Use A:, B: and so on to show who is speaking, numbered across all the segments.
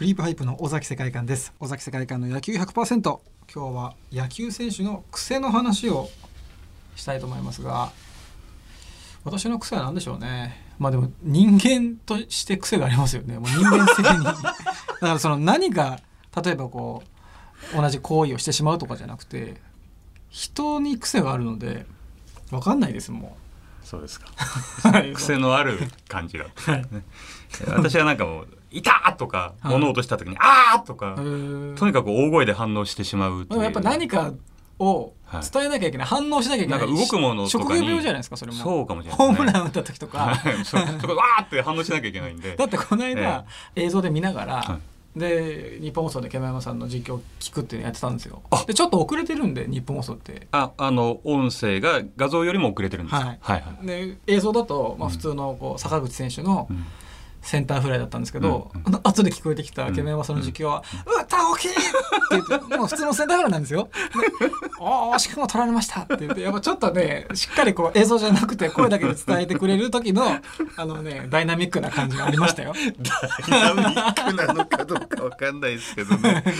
A: リープハイプの尾崎世界観です尾崎世界観の野球100%今日は野球選手の癖の話をしたいと思いますが私の癖は何でしょうねまあでも人間として癖がありますよねもう人間性に だからその何か例えばこう同じ行為をしてしまうとかじゃなくて人に癖があるので分かんないですも
B: そうですか
A: う はい
B: 癖のある感じだった
A: はい
B: 私はなんかもう「いた!」とか
A: はい
B: 物を落とした時に「あー!」と
A: え
B: か
A: ー
B: とにかく大声で反応してしまう
A: で
B: とい
A: も
B: う
A: やっぱ何かを伝えなきゃいけない、反応しなきゃいけない
B: なんか動くものとか
A: 職
B: に
A: 業病じゃないですかそれも
B: そうかもしれない
A: ホ
B: ですね
A: ームラン打った時とか
B: はいそうそこでわーって反応しなきゃいけないんで
A: だってこの間、映像で見ながら、
B: は
A: で日本放送で煙山さんの実況を聞くっていうのやってたんですよ
B: あ
A: でちょっと遅れてるんで日本放送って
B: ああの音声が画像よりも遅れてるんですか
A: はい
B: はいはい
A: で映像だと、まあ、
B: うん
A: 普通のこう坂口選手の
B: うん
A: センターフライだったんですけど、
B: うん
A: あの後で聞こえてきた
B: うん
A: 煙山さんの実況は「うわ、たおき!」って言ってもう普通のセンターフライなんですよ。でおーしくも取られましたって言ってやっぱちょっとねしっかりこう映像じゃなくて声だけで伝えてくれる時のあのねダイナミックな感じがありました よ。
B: ダイナミックなのかどうかわかんないですけど ね、え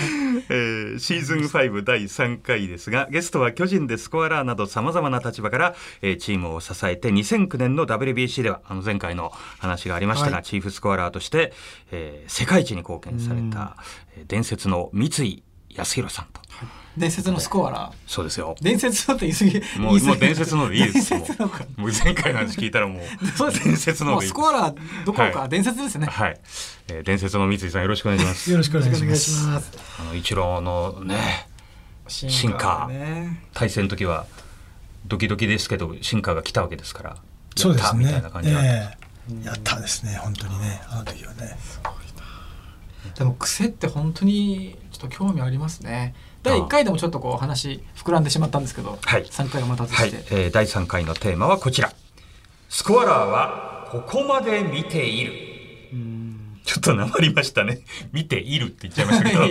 B: ーシーズン5第3回ですがゲストは巨人でスコアラーなどさまざまな立場から、えーチームを支えて2009年の WBC ではあの前回の話がありましたが、
A: はい
B: チーフスコアラーとして、えー世界一に貢献された、えー伝説の三井康弘さんと
A: 伝説のスコアラー
B: そうですよ
A: 伝説のって言い過ぎ
B: も
A: 言
B: う
A: い過ぎ
B: もう伝説のでいいです
A: 伝説のか
B: もう前回の話聞いたらも
A: そう
B: う
A: です
B: 伝説の
A: も
B: で
A: う
B: いい
A: スコアラーどころ
B: は
A: か
B: い
A: 伝説ですね、
B: はい、えー伝説の三井さんよろしくお願いします
A: よろしくお願いします
B: あの一郎のねシンカー
A: ね
B: 対戦の時はドキドキですけど進化が来たわけですから
C: そうですね
B: やったみたいな感じだった、
C: ええやったですね本当にねあの時はね
A: でも癖って本当にちょっと興味ありますね第1回でもちょっとこう話膨らんでしまったんですけど、
B: はい
A: 3回お待たせ
B: は
A: し
B: い
A: て、、
B: えー第3回のテーマはこちらスコアラーはここまで見ているちょっとなまりましたね「見ている」って言っちゃいましたけど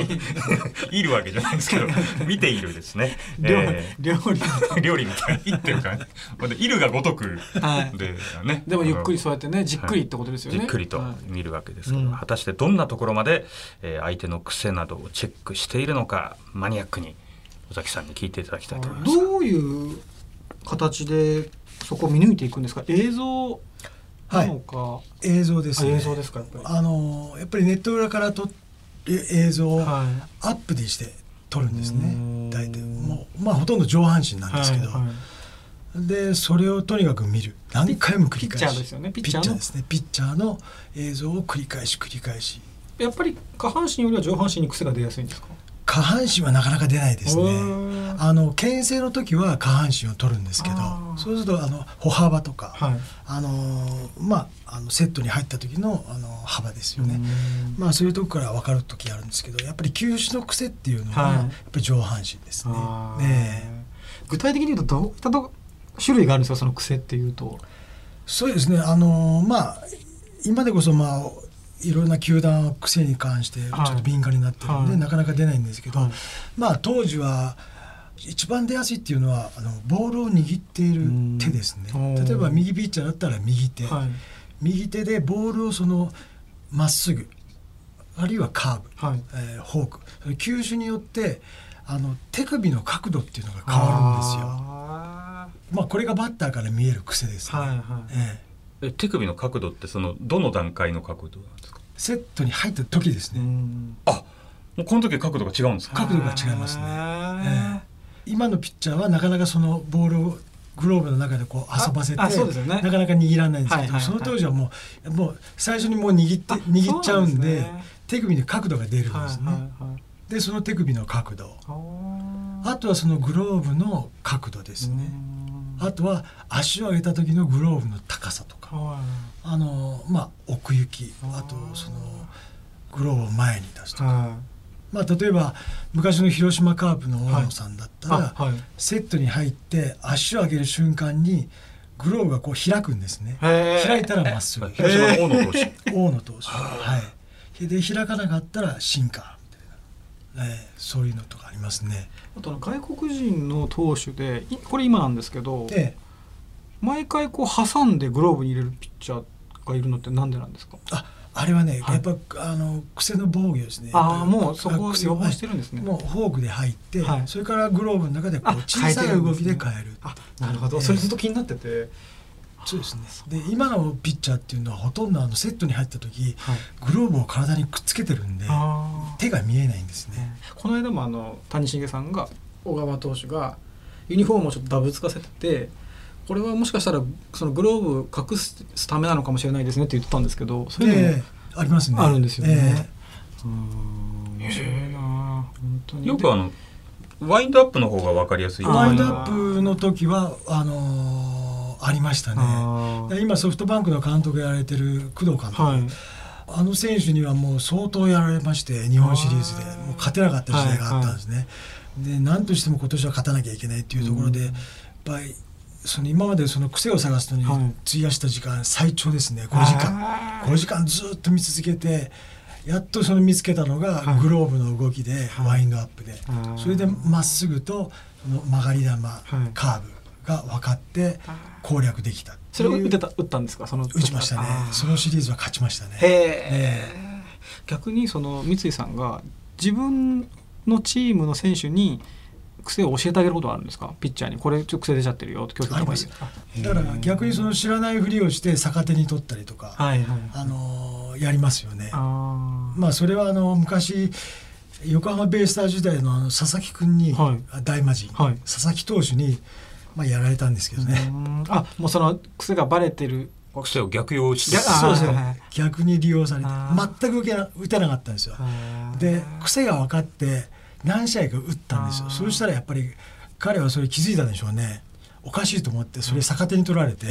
B: 「いる」わけじゃないですけど「見ている」ですね、え
A: 料料理
B: ー料理みたいに「い」っていうか「まだいる」がごとく
A: はい
B: で,、ね、
A: でもゆっくりそうやってねじっくりってことですよね、
B: じっくりと
A: はい
B: 見るわけですけ
A: う
B: ど、
A: ん
B: 果たしてどんなところまで、えー相手の癖などをチェックしているのかマニアックに尾崎さんに聞いていただきたいと思います。
A: どういう形でそこを見抜いていくんですか映像
C: は
A: なの
C: い
A: か、
C: 映像です
A: あ
C: ね
A: 映像ですかやっぱり
C: あのやっぱりネット裏から撮る映像をア
A: は
C: ップにして撮るんです
A: うーん
C: ね大体もうまあほとんど上半身ないんですけど、
A: はいはい
C: でそれをとにかく見る何回も繰り返し
A: ピッチャーですよねピッチャーの
C: ピですねピッチャーの映像を繰り返し繰り返し
A: やっぱり下半身よりは上半身に癖が出やすいんですか
C: 下半身はなかなか出ないです
A: う
C: ね
A: ーん
C: あの牽制の時は下半身を取るんですけど
A: あー
C: そうするとあの歩幅とか、
A: はい
C: あのーまああのセットに入った時のあの幅ですよね、
A: うん
C: まあそういうとこから分かる時あるんですけどやっぱり球種の癖っていうのは、
A: はい
C: やっぱり上半身ですね
A: あー
C: ねえ
A: 具体的に言うとどういったと種類があるんですかその癖っていうと
C: そうですねあのーまあ今でこそまあいろんな球団は癖に関してちょ
A: はい
C: っと敏感になってるんで、
A: はい
C: なかなか出ないんですけど、
A: はい
C: まあ当時は一番出やすいっていうのはあのボールを握っている手ですね
A: うんおー
C: 例えば右ピッチャーだったら右手、
A: はい
C: 右手でボールをそのまっすぐあるいはカーブ、
A: はい
C: えーフォークその球種によってあの手首の角度っていうのが変わるんですよ。
A: あ
C: まあこれがバッターから見える癖です
A: ー
C: ね。
A: はいはい
C: ええ
B: え手首の角度ってそのどの段階の角度なんですか
C: セットに入った時ですね。
A: ん
B: あもうこの時角度が違うんですか
C: 角度が違いますね
A: ね
C: 今のピッチャーはなかなかそのボールをグローブの中でこう遊ばせて、
A: ああそうですよね
C: なかなか握らないんですけど、
A: はいはいはい
C: その当時はもうもう最初にもう握って
A: あ
C: 握っちゃうんで
A: そうなんですね
C: 手首に角度が出るん
A: はいは
C: で
A: い
C: すね。
A: はい
C: でその手首の角度
A: あ
C: あとはそのグローブの角度で
A: です
C: ね。あとは足を上げた時のグローブの高さとか
A: はい
C: あのまあ奥行き
A: あー
C: あとそのグローブを前に出すとか、
A: は
C: まあ、例えば昔の広島カープの大野さんだっ
A: い
C: たら、
A: あはい
C: セットに入って足を上げる瞬間にグローブがこう開くんですね
A: へー
C: 開いたらまっすぐ
B: 広島の大野投手
C: 大野投手はいで開かなかったら進化みたいな、えーそういうのとかありますね
A: あとあの外国人の投手でいこれ今なんですけど
C: で
A: 毎回こう挟んでグローブに入れるピッチャーがいるのってなんでなんですか
C: ああれはね、
A: はい
C: やっぱあの癖の防御ですね
A: ああもうそこを
C: 癖
A: 予
C: を
A: 防してるんですね。
C: もうフォークで入って、
A: はい
C: それからグローブの中でこ
A: あ
C: う小さい動きで変える
A: あなるほど。
C: ええ
A: それずっと気になってて。
C: そうですねで今のピッチャーっていうのはほとんどあのセットに入った時
A: はい。
C: グローブを体にくっつけてるんで
A: あ
C: 手が見えないんです
A: あ
C: ね。
A: この間もあの谷繁さんが小川投手がユニフォームをちょっとダブつかせてて。これはもしかしたらそのグローブ隠すためなのかもしれないですねって言ってたんですけど、そういうのも
C: でありますね。
A: あるんですよね
C: え。
A: うーん面白いな本当に
B: よくあのワインドアップの方がわかりやすい
C: え
B: と思
C: ワイ
B: い
C: ンド
B: ま
C: アップの時はあのーありましたね。
A: あー
C: で今ソフトバンクの監督やられてる工藤監督、
A: はい
C: あの選手にはもう相当やられまして日本シリーズで
A: あー
C: もう勝てなかった時代があったんですね。で何としても今年は勝たなきゃいけないっていうところで、
A: うん
C: やっぱりその今までその癖を探すのに
A: はい
C: 費やした時間最長ですね5時間。
A: あー
C: 5時間ずっと見続けてやっとその見つけたの
A: は
C: が
A: い
C: グローブの動きで
A: はい
C: ワインドアップで、
A: あー
C: それでまっすぐとその曲がり球、
A: い
C: カーブが分かって
A: あー
C: 攻略できたっていう
A: それを打ってた打ったんですかその
C: 打ちましたね
A: あー
C: そのシリーズは勝ちましたね
A: へえ逆にその三井さんが自分のチームの選手に癖を教えてあげることはあるんですかピッチャーにこれちょっと癖出ちゃってるよって気をつけた方がいいよ
C: だから逆にその知らないふりをして逆手に取ったりとか、
A: はいはい
C: あのーやりますよね
A: あー
C: まあそれはあの昔横浜ベイスターズ時代のあの佐々木君に、
A: はい
C: あ大魔神、
A: はい
C: 佐々木投手に、まあ、やられたんですけどね、
A: うーんあもうその癖がバレてる
B: す癖を逆用して
A: 逆あー
C: そうそう
A: はいはい
C: 逆に利用されて
A: あー
C: 全く受けな打てなかったんですよ
A: あー
C: で癖が分かって何試合か打ったんです
A: あ
C: よ
A: ー
C: そうしたらやっぱり彼はそれ気づいたんでしょうねおかしいと思ってそれ逆手に取られて、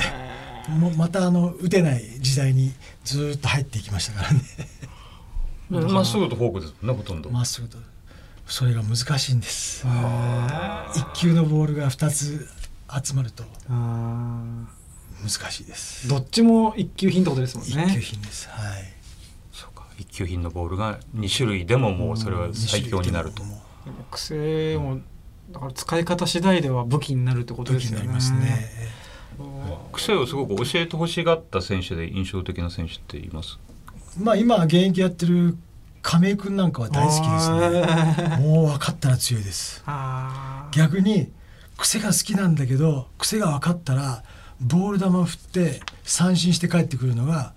C: もうまたあの打てない時代にずーっと入っていきましたからね
B: まっすぐとフォークですもんねほとんど
C: まっすぐとそれが難しいんです
A: あー
C: 一球のボールが2つ集まると
A: あ
C: 難しいです
A: ーどっちも一級品ってことですもん
C: 一
A: ね
C: 級品ですはい
B: そうか一級品のボールが2種類でももうそれは最強になると
C: 思う
A: でも癖もだから使い方次第では武器になるってことで
C: 時
A: す
C: に
A: よ
C: な
A: ね
C: りますね
B: 癖をすごく教えてほしがった選手で印象的な選手っています
C: まあ今現役やってる亀井君なんかは大好きですね
A: ね
C: もう分かったら強いです
A: あー
C: 逆に癖が好きなんだけど癖が分かったらボール球を振って三振して帰ってくるのが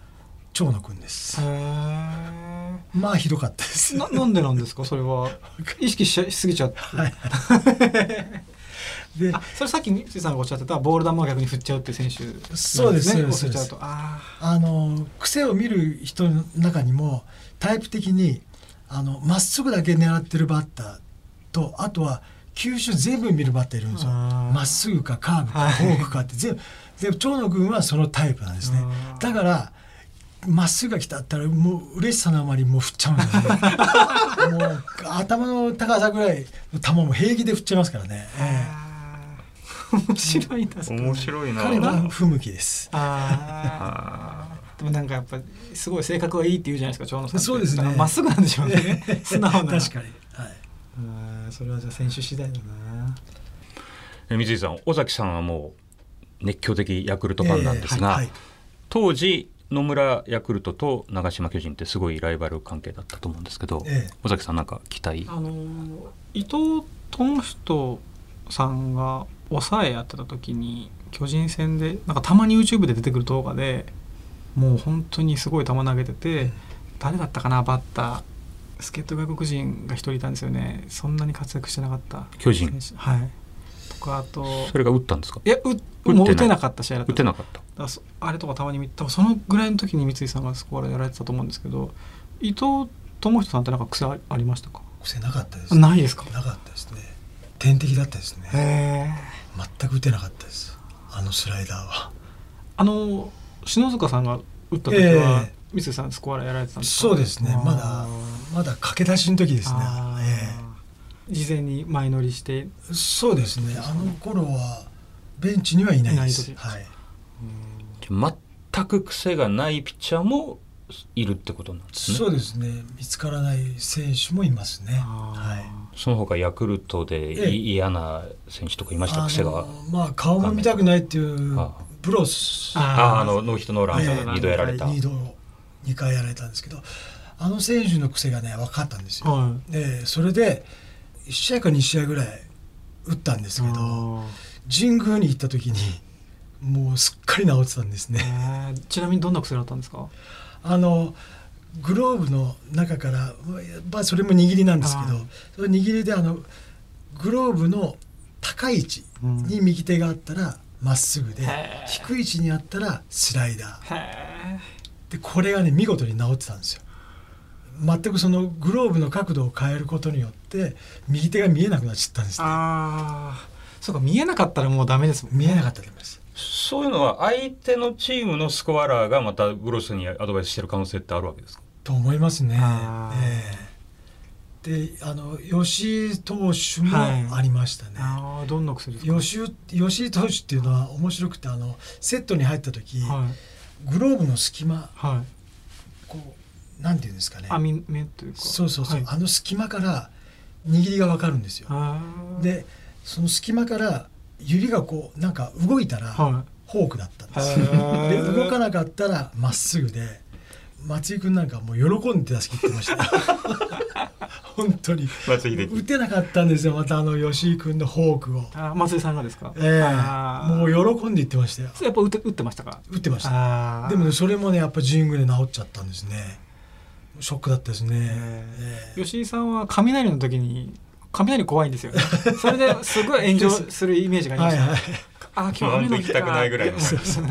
C: 長野くんです
A: へ
C: まあひどかったです
A: ーななんでなんですかそれは意識ししすぎちゃって
C: で
A: あそれさっき三井さんがおっしゃってたボール球を逆に振っちゃうっていう選手なんね
C: そうですそうです
A: 教えちゃう
C: そ
A: とあ
C: あの癖を見る人の中にもタイプ的にあのまっすぐだけ狙ってるバッターとあとは球種全部見るバッターいるんですよ
A: あー
C: まっすぐかカーブか
A: はい
C: フォークかって全部全部長野君はそのタイプなんですね
A: あー
C: だからまっすぐが来たったらもう嬉しさのあまりもう振っちゃうんですよね もう頭の高さぐらいの球も平気で振っちゃいますからね、
A: ーあー面白いなそれ
B: 面白い
C: ええ
B: な
C: 彼
A: は
C: は不向きです
A: あーでもなんかやっぱすごい性格がいいって言うじゃないですか長野さんって
C: そうですね
A: だからまっすぐなんでしょう ね素直な
C: 確かに、はい
A: あーそれはじゃあ選手次第だな
B: え水井さん尾崎さんはもう熱狂的ヤクルトファンなんですが、
C: ええはいはい
B: 当時野村ヤクルトと長島巨人ってすごいライバル関係だったと思うんですけど、
C: ええ
B: 尾崎さんなんか期待
A: あのー伊藤智人さんが抑えやってた時に巨人戦でなんかたまに YouTube で出てくる動画でもう本当にすごい球投げてて、誰だったかなバッター助っ人外国人が一人いたんですよねそんなに活躍してなかった
B: 巨人
A: 選手はいとかあと
B: それが打ったんですか
A: いや
B: ない
A: 打もう打てなかった試合だった
B: 打てなかっ
A: だ
B: た
A: からそあれとかたまに見多分そのぐらいの時に三井さんがスコアでやられてたと思うんですけど伊藤智人さんってなんか癖あありましたか
C: 癖なかったです
A: ないですか
C: なかったですね天敵だったですね
A: へえ
C: 全く打てなかったですあのスライダーは
A: あの篠塚さんが打った時は、
C: ええ
A: 三井さんスコアラやられてたんですか
C: そうですね
A: あー
C: まだまだ駆け出しの時ですね、
A: あー
C: え
A: 事前に前乗りして
C: えそうですねあの頃はベンチにはいないです
A: いない時
C: はい
B: 全く癖がないピッチャーもいるってことなんですね
C: そうですね見つからない選手もいますねはい
A: あ
B: その他ヤクルトでい
C: ええ
B: 嫌な選手とかいました
C: あ
B: 癖が
C: のまあ顔も見たくないっていう
B: あ
C: ブロス
A: あ
B: あああのノーヒットノーラン
C: ええ
B: 2度やられた
C: 二度2回やられたんですけどあの選手の癖がね分かったんですよ。
A: は
C: でそれで1試合か2試合ぐらい打ったんですけど神宮に行った時にもうすっかり治ってたんですね。
A: えーちなみにどんな薬だったんですか。
C: あのグローブの中から、まあ、それも握りなんですけど
A: はい
C: その握りであのグローブの高い位置に右手があったらまっすぐで、
A: へえ
C: 低い位置にあったらスライダー
A: へえ。
C: でこれがね見事に治ってたんですよ。全くそのグローブの角度を変えることによって右手が見えなくなっちゃったんですね、
A: ああ、そうか見えなかったらもうダメですもんね。
C: 見えなかったです
B: そういうのは相手のチームのスコアラーがまたブロスにアドバイスしてる可能性ってあるわけですか
C: と思いますね。
A: あ
C: ええであの吉井投手
A: はい
C: もありましたね。
A: ああ、どんな薬ですか。
C: 吉井吉井投手っていうのは面白くてあのセットに入った時、
A: はい
C: グローブの隙間
A: はい。
C: こうなんていうんですかね
A: あみ目というか。
C: そうそうそう、
A: はい、
C: あの隙間から握りがわかるんですよ。
A: あー、
C: でその隙間から指がこうなんか動いたら、
A: は
C: フォークだったんです
A: へー
C: よ。で動かなかったらまっすぐで松井君なんかもう喜んで出し切ってました。 本当に
B: 松井秀喜
C: 打てなかったんですよまたあの吉井君のフォークを
A: い。。あー松井さんがですか。
C: ええ
A: あー
C: もう喜んで言ってましたよ。
A: それやっぱ打って打ってましたか。
C: 打ってました。
A: ああ。
C: でもねそれもねやっぱ神宮で治っちゃったんですね。ショックだったですね。ええ
A: 吉井さんは雷の時に雷怖いんです よね。それですごい炎上するイメージがありま
C: は
A: し
C: い
A: た。
C: はい。
A: ああ、今日
B: あん
A: 雨
B: ま
A: の
B: り行
A: 日
B: き
A: か
B: たくないぐらいの
C: そうそう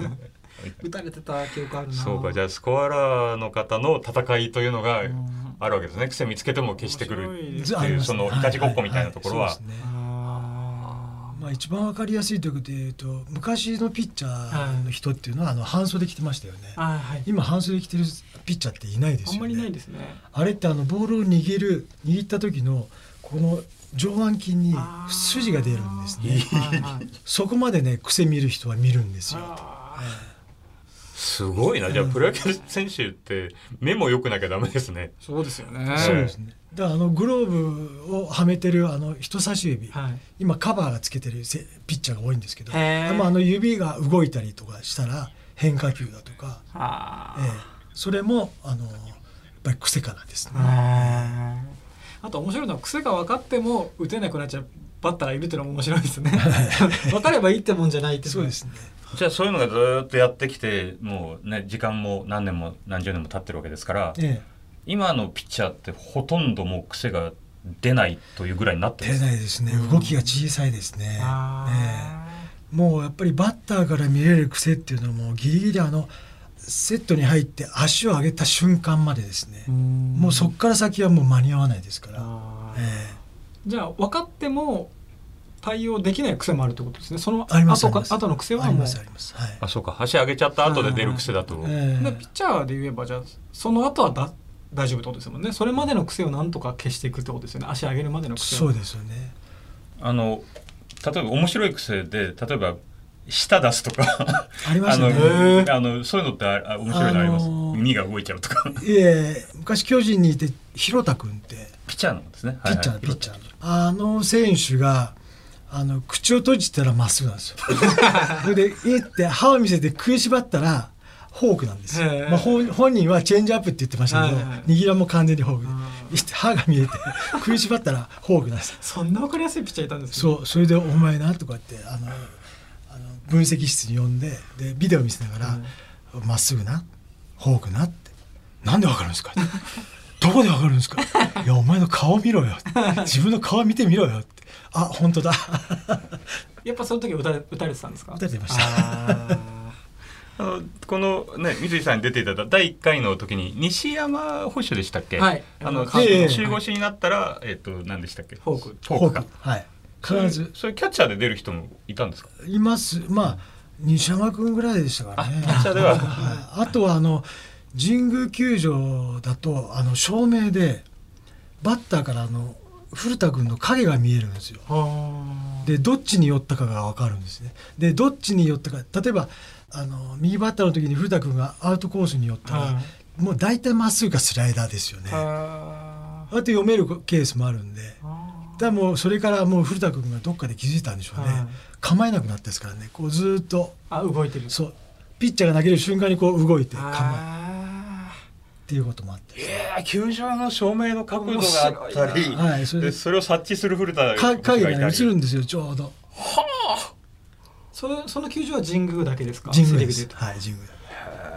A: 打たれてた記憶あるな。
B: そうかじ
A: ゃ
B: ゃあスコアラーの方の戦いというのが
A: ん
B: あるわけですね癖見つけても消してく
A: 面白
B: る
A: いです
B: っ
A: ね
B: ていうそのいたちごっこみたいなところは
C: そうですね
A: あ
C: まあ、一番わかりやすいということで言うと昔のピッチャーの人っていうのはあの半袖着てましたよね、
A: あ。あーはい。
C: 今半袖着てるピッチャーっていないですよ
A: あ
C: ね
A: んまりないですね。
C: あれってあのボールを握る握った時のこの上腕筋に
A: あー
C: 筋が出るんですね
A: はいはい
C: そこまでね癖見る人は見るんですよ
A: あ
B: すごいなじゃあプロ野球選手って目も良くなきゃダメですね
A: ーそうですよね。
B: ー
C: そうですねだからあのグローブをはめてるあの人差し指、
A: はい。
C: 今カバーがつけてるせピッチャーが多いんですけど
A: へー
C: まああの指が動いたりとかしたら変化球だとか
A: あ
C: ええ、それもあのやっぱり癖からです
A: あ。
C: ね。
A: あーあと面白いのは癖が分かっても打てなくなっちゃうバッターがいるっていうのも面白いですね。分かればいいってもんじゃないっていの
C: そ
A: は
C: うですね。
B: じゃあそういうのがずーっとやってきてもうね時間も何年も何十年も経ってるわけですから
C: ええ、
B: 今のピッチャーってほとんどもう癖が出ないというぐらいになってる
C: 出ないですね。動きが小さいですね。ええ、
A: あ
C: もうやっぱりバッターから見れる癖っていうのはもうギリギリあのセットに入って足を上げた瞬間までですね
A: ー。ん
C: もうそこから先はもう間に合わないですから。
A: あー
C: え
A: じゃあ分かっても対応できない癖もあるってことですね。その
C: え、あります
A: 後
C: あり
A: か
C: ます
A: 後の癖
C: あ
A: は
C: り
A: もう。
C: ますあります。はい。
B: あそうか箸上げちゃった後で出る癖だと
C: え
A: で
C: え
A: ピッチャーで言えばじゃあその後はだ大丈夫ってことですもんね。それまでの癖をなんとか消していくってことですよね。足上げるまでの癖を。
C: そうですよね。
B: あの例えば面白い癖で例えば舌出すとか
C: ありま
B: あ
C: した
B: の
C: ね。
A: へー
B: あのそういうのってああ面白いのあります、
C: あのー
B: 耳が動いちゃうとか
C: いえ、昔巨人にいて広田君って。
B: ピッチャーのですね
C: ピッチャー、ピッチ
B: ャー
C: ャーの。あの選手が、あの、口を閉じたらまっすぐなん ですよ。それで、いって歯を見せて食いしばったら、フォークなんですよ
A: へ。え
C: まあ、本本人はチェンジアップって言ってましたけど、
A: はいはい
C: 握りはもう完全にフォークで
A: う。
C: いって歯が見えて、食いしばったらフォークなんですよ。
A: そんな分かりやすいピッチャーいたんですね。
C: そう、それで、お前な、とかって、あの、あの分析室に呼んで、で、ビデオ見せながら、まっすぐな、フォークなって。なんでわかるんですかってどこでわかるんです かいやお前の顔見ろよ自分の顔見てみろよってあ本当だ
A: やっぱその時は打たれ打たれてたんですか。。
C: 打たれてました
B: あのこのね水井さんに出ていただいた第1回の時に西山捕手でしたっけ、
A: はい
B: あの
A: あの
C: ええ
B: 中腰になったら、えっと何でしたっけ
A: フォーク
B: フォークか
C: はい必ず
B: それキャッチャーで出る人もいたんですか
C: いますまあ西山君ぐらいでしたからね
B: あピッチャーでは
C: はいあとはあの神宮球場だとあの照明でバッターからあの古田君の影が見えるんですよ
A: は
C: でどっちに寄ったかが分かるんですねでどっちに寄ったか例えばあの右バッターの時に古田君がアウトコースに寄ったら、
A: は
C: もう大体まっすぐかスライダーですよね、あ
A: あ
C: と読めるケースもあるんでだからもうそれからもう古田君がどっかで気づいたんでしょうね、
A: はい
C: 構えなくなったですからねこうずーっと
A: あ動いてる。
C: そうピッチャーが投げる瞬間にこう動いて構え
A: あー
C: っていうこともあって。
B: えー、球場の照明の角度があったり、
C: はいそれ
B: でそれを察知する古田
C: か影が、ね、映る
B: ん
C: んですよちょうど
A: それその球場は神宮だけですか
C: 神宮
A: セ
C: で
A: リ
C: す
A: フで
C: はい神宮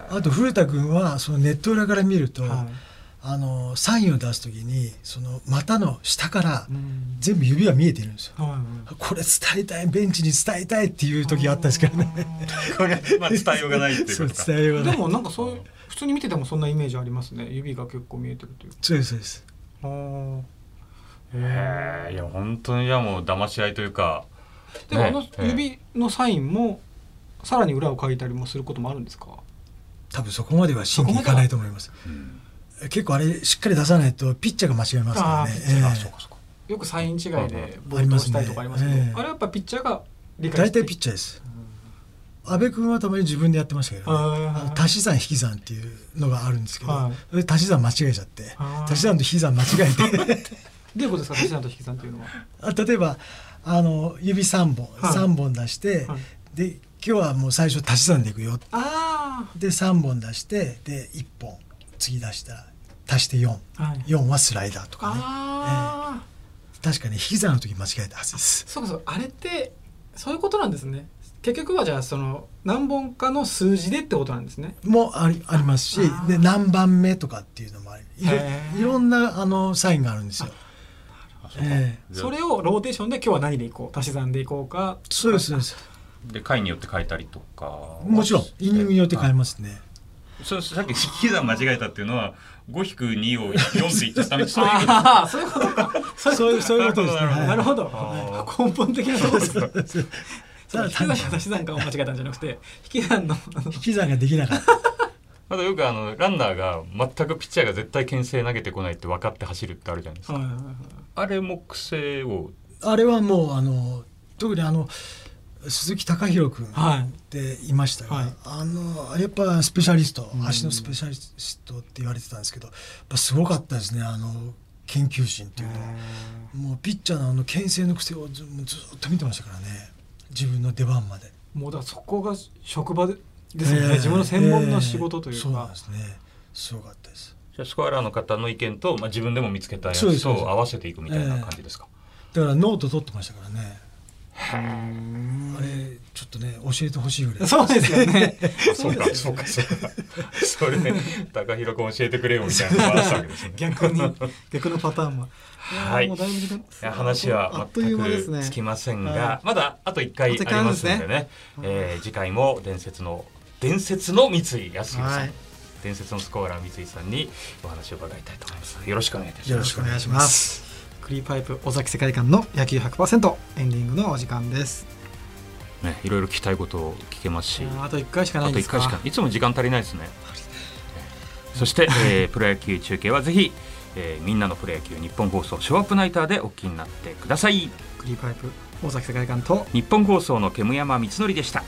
C: あと古田君はそのネット裏から見ると、
A: 言うとはい
C: あのサインを出す時にその股の下から
A: うん
C: 全部指が見えてるんですよ、
A: はいはい
C: これ伝えたいベンチに伝えたいっていう時あったんですけどね
B: これ、まあ、伝えようがないっていう
C: そう
B: ことか
C: 伝えようがな
A: で
C: い
A: もなんかそういう普通に見ててもそんなイメージありますね指が結構見えてるという
C: そうですそうです
A: あー
B: へえいや本当にじゃあもう騙し合いというか
A: でも
B: ね
A: あの指のサインもさらに裏を書いたりもすることもあるんですか
C: 多分そこまでは真にいかないと思います
B: うん
C: 結構あれしっかり出さないとピッチャーが間違えますから
A: あ
C: ね
A: ーピッチャーが
C: ええ
A: そうかよくサイン違いで
B: う
A: ボールしたりとかありますけど
C: あ
A: あ,、
C: りますねええ
A: れはやっぱピッチャーが理解
C: 大
A: して
C: 体ピッチャーです阿部君はたまに自分でやってましたけど、ね、
A: あー
C: あの足し算引き算っていうのがあるんですけど、
A: はい
C: それ足し算間違えちゃって
A: あー
C: 足し算と引き算間違えて
A: どういうことですか足し算と引き算っていうのは、
C: あ例えばあの指3本、
A: はい
C: 三3本出して、
A: はい
C: で今日はもう最初足し算でいくよ
A: あ
C: で3本出してで1本次出したら足して44
A: あはい
C: はスライダーとかね
A: ああ、
C: 確かに引き算の時間違えたはずです
A: そうかそうかあれってそういうことなんですね結局はじゃあその何本かの数字でってことなんですね
C: もありありますし
A: あー
C: で何番目とかっていうのもありいろ
A: へー
C: いろんなあのサインがあるんですよ。ええ
A: それをローテーションで今日は何でいこう足し算でいこうか
C: そうですそうです
B: で回によって変えたりとか
C: もちろんイニングによって変え
B: ま
C: ますね。
B: すそうさっき引き算間違えたっていうのは5引く2を4って言っちゃったみたいな
A: ああそういうことか
C: そういうそういうことですね。
B: なるほど
A: なる
C: は
A: ほど
B: あ
A: 根本的なところですね
C: いそう
A: その引き算と足し算かを間違えたんじゃなくて引き算のあの
C: 引き算ができなかった。
B: あとよくあのランナーが全くピッチャーが絶対牽制投げてこないって分かって走るってあるじゃないですか、
A: はいはいはい
B: あれも癖を
C: あれはもうあの特にあの鈴木貴弘君っ
A: はい
C: ていましたが、
A: はい
C: あのやっぱスペシャリスト
A: うん
C: 足のスペシャリストって言われてたんですけど、やっぱすごかったですねあの研究心っていうのは。もうピッチャーのあの牽制の癖をずもうずっと見てましたからね自分の出番まで
A: もうだからそこが職場でですよね、
C: ええ
A: 自分の専門の仕事とい
C: ええ
A: う
C: そうなん
A: か
C: で、すねすごかったです
B: じゃあスコアラーの方の意見と、まあ、自分でも見つけたや
C: そうで
B: つ
C: す
B: と
C: そうです
B: 合わせていくみたいな感じですか、
C: だからノート取ってましたからね
A: うん
C: あれちょっとね教えてほしいぐらい
A: そうですよね
B: あそうかそうかそうか それね高弘君教えてくれよみたいなのがあったわけです ね
A: 逆に逆のパターンは
B: は
A: やー
B: い
A: もうだいぶ時間
B: いや話
A: あ
B: は
A: っとい
B: 全
A: う間です
B: く
A: ね
B: つきませんが、
A: は
B: まだあと1回ありますのでねえー次回も伝説の伝説の三井康弘さん、
A: はい
B: 伝説のスコアラー三井さんにお話を伺いたいと思いますよろしくお願いいたし
C: よ
B: ま
C: ろ
B: す
C: しくお願いします
A: クリーパイプ尾崎世界観の野球100%エンディングのお時間です
B: ね、いろいろ聞きたいことを聞けますし
A: あと1回しかな
B: あ
A: いん
B: と
A: です
B: 1
A: か
B: 回しかいつも時間足りないですね。そして、えープロ野球中継はぜひ、えーみんなのプロ野球日本放送ショーアップナイターでお聞きになってください。
A: クリーパイプ尾崎世界観と
B: 日本放送の煙山光則でした。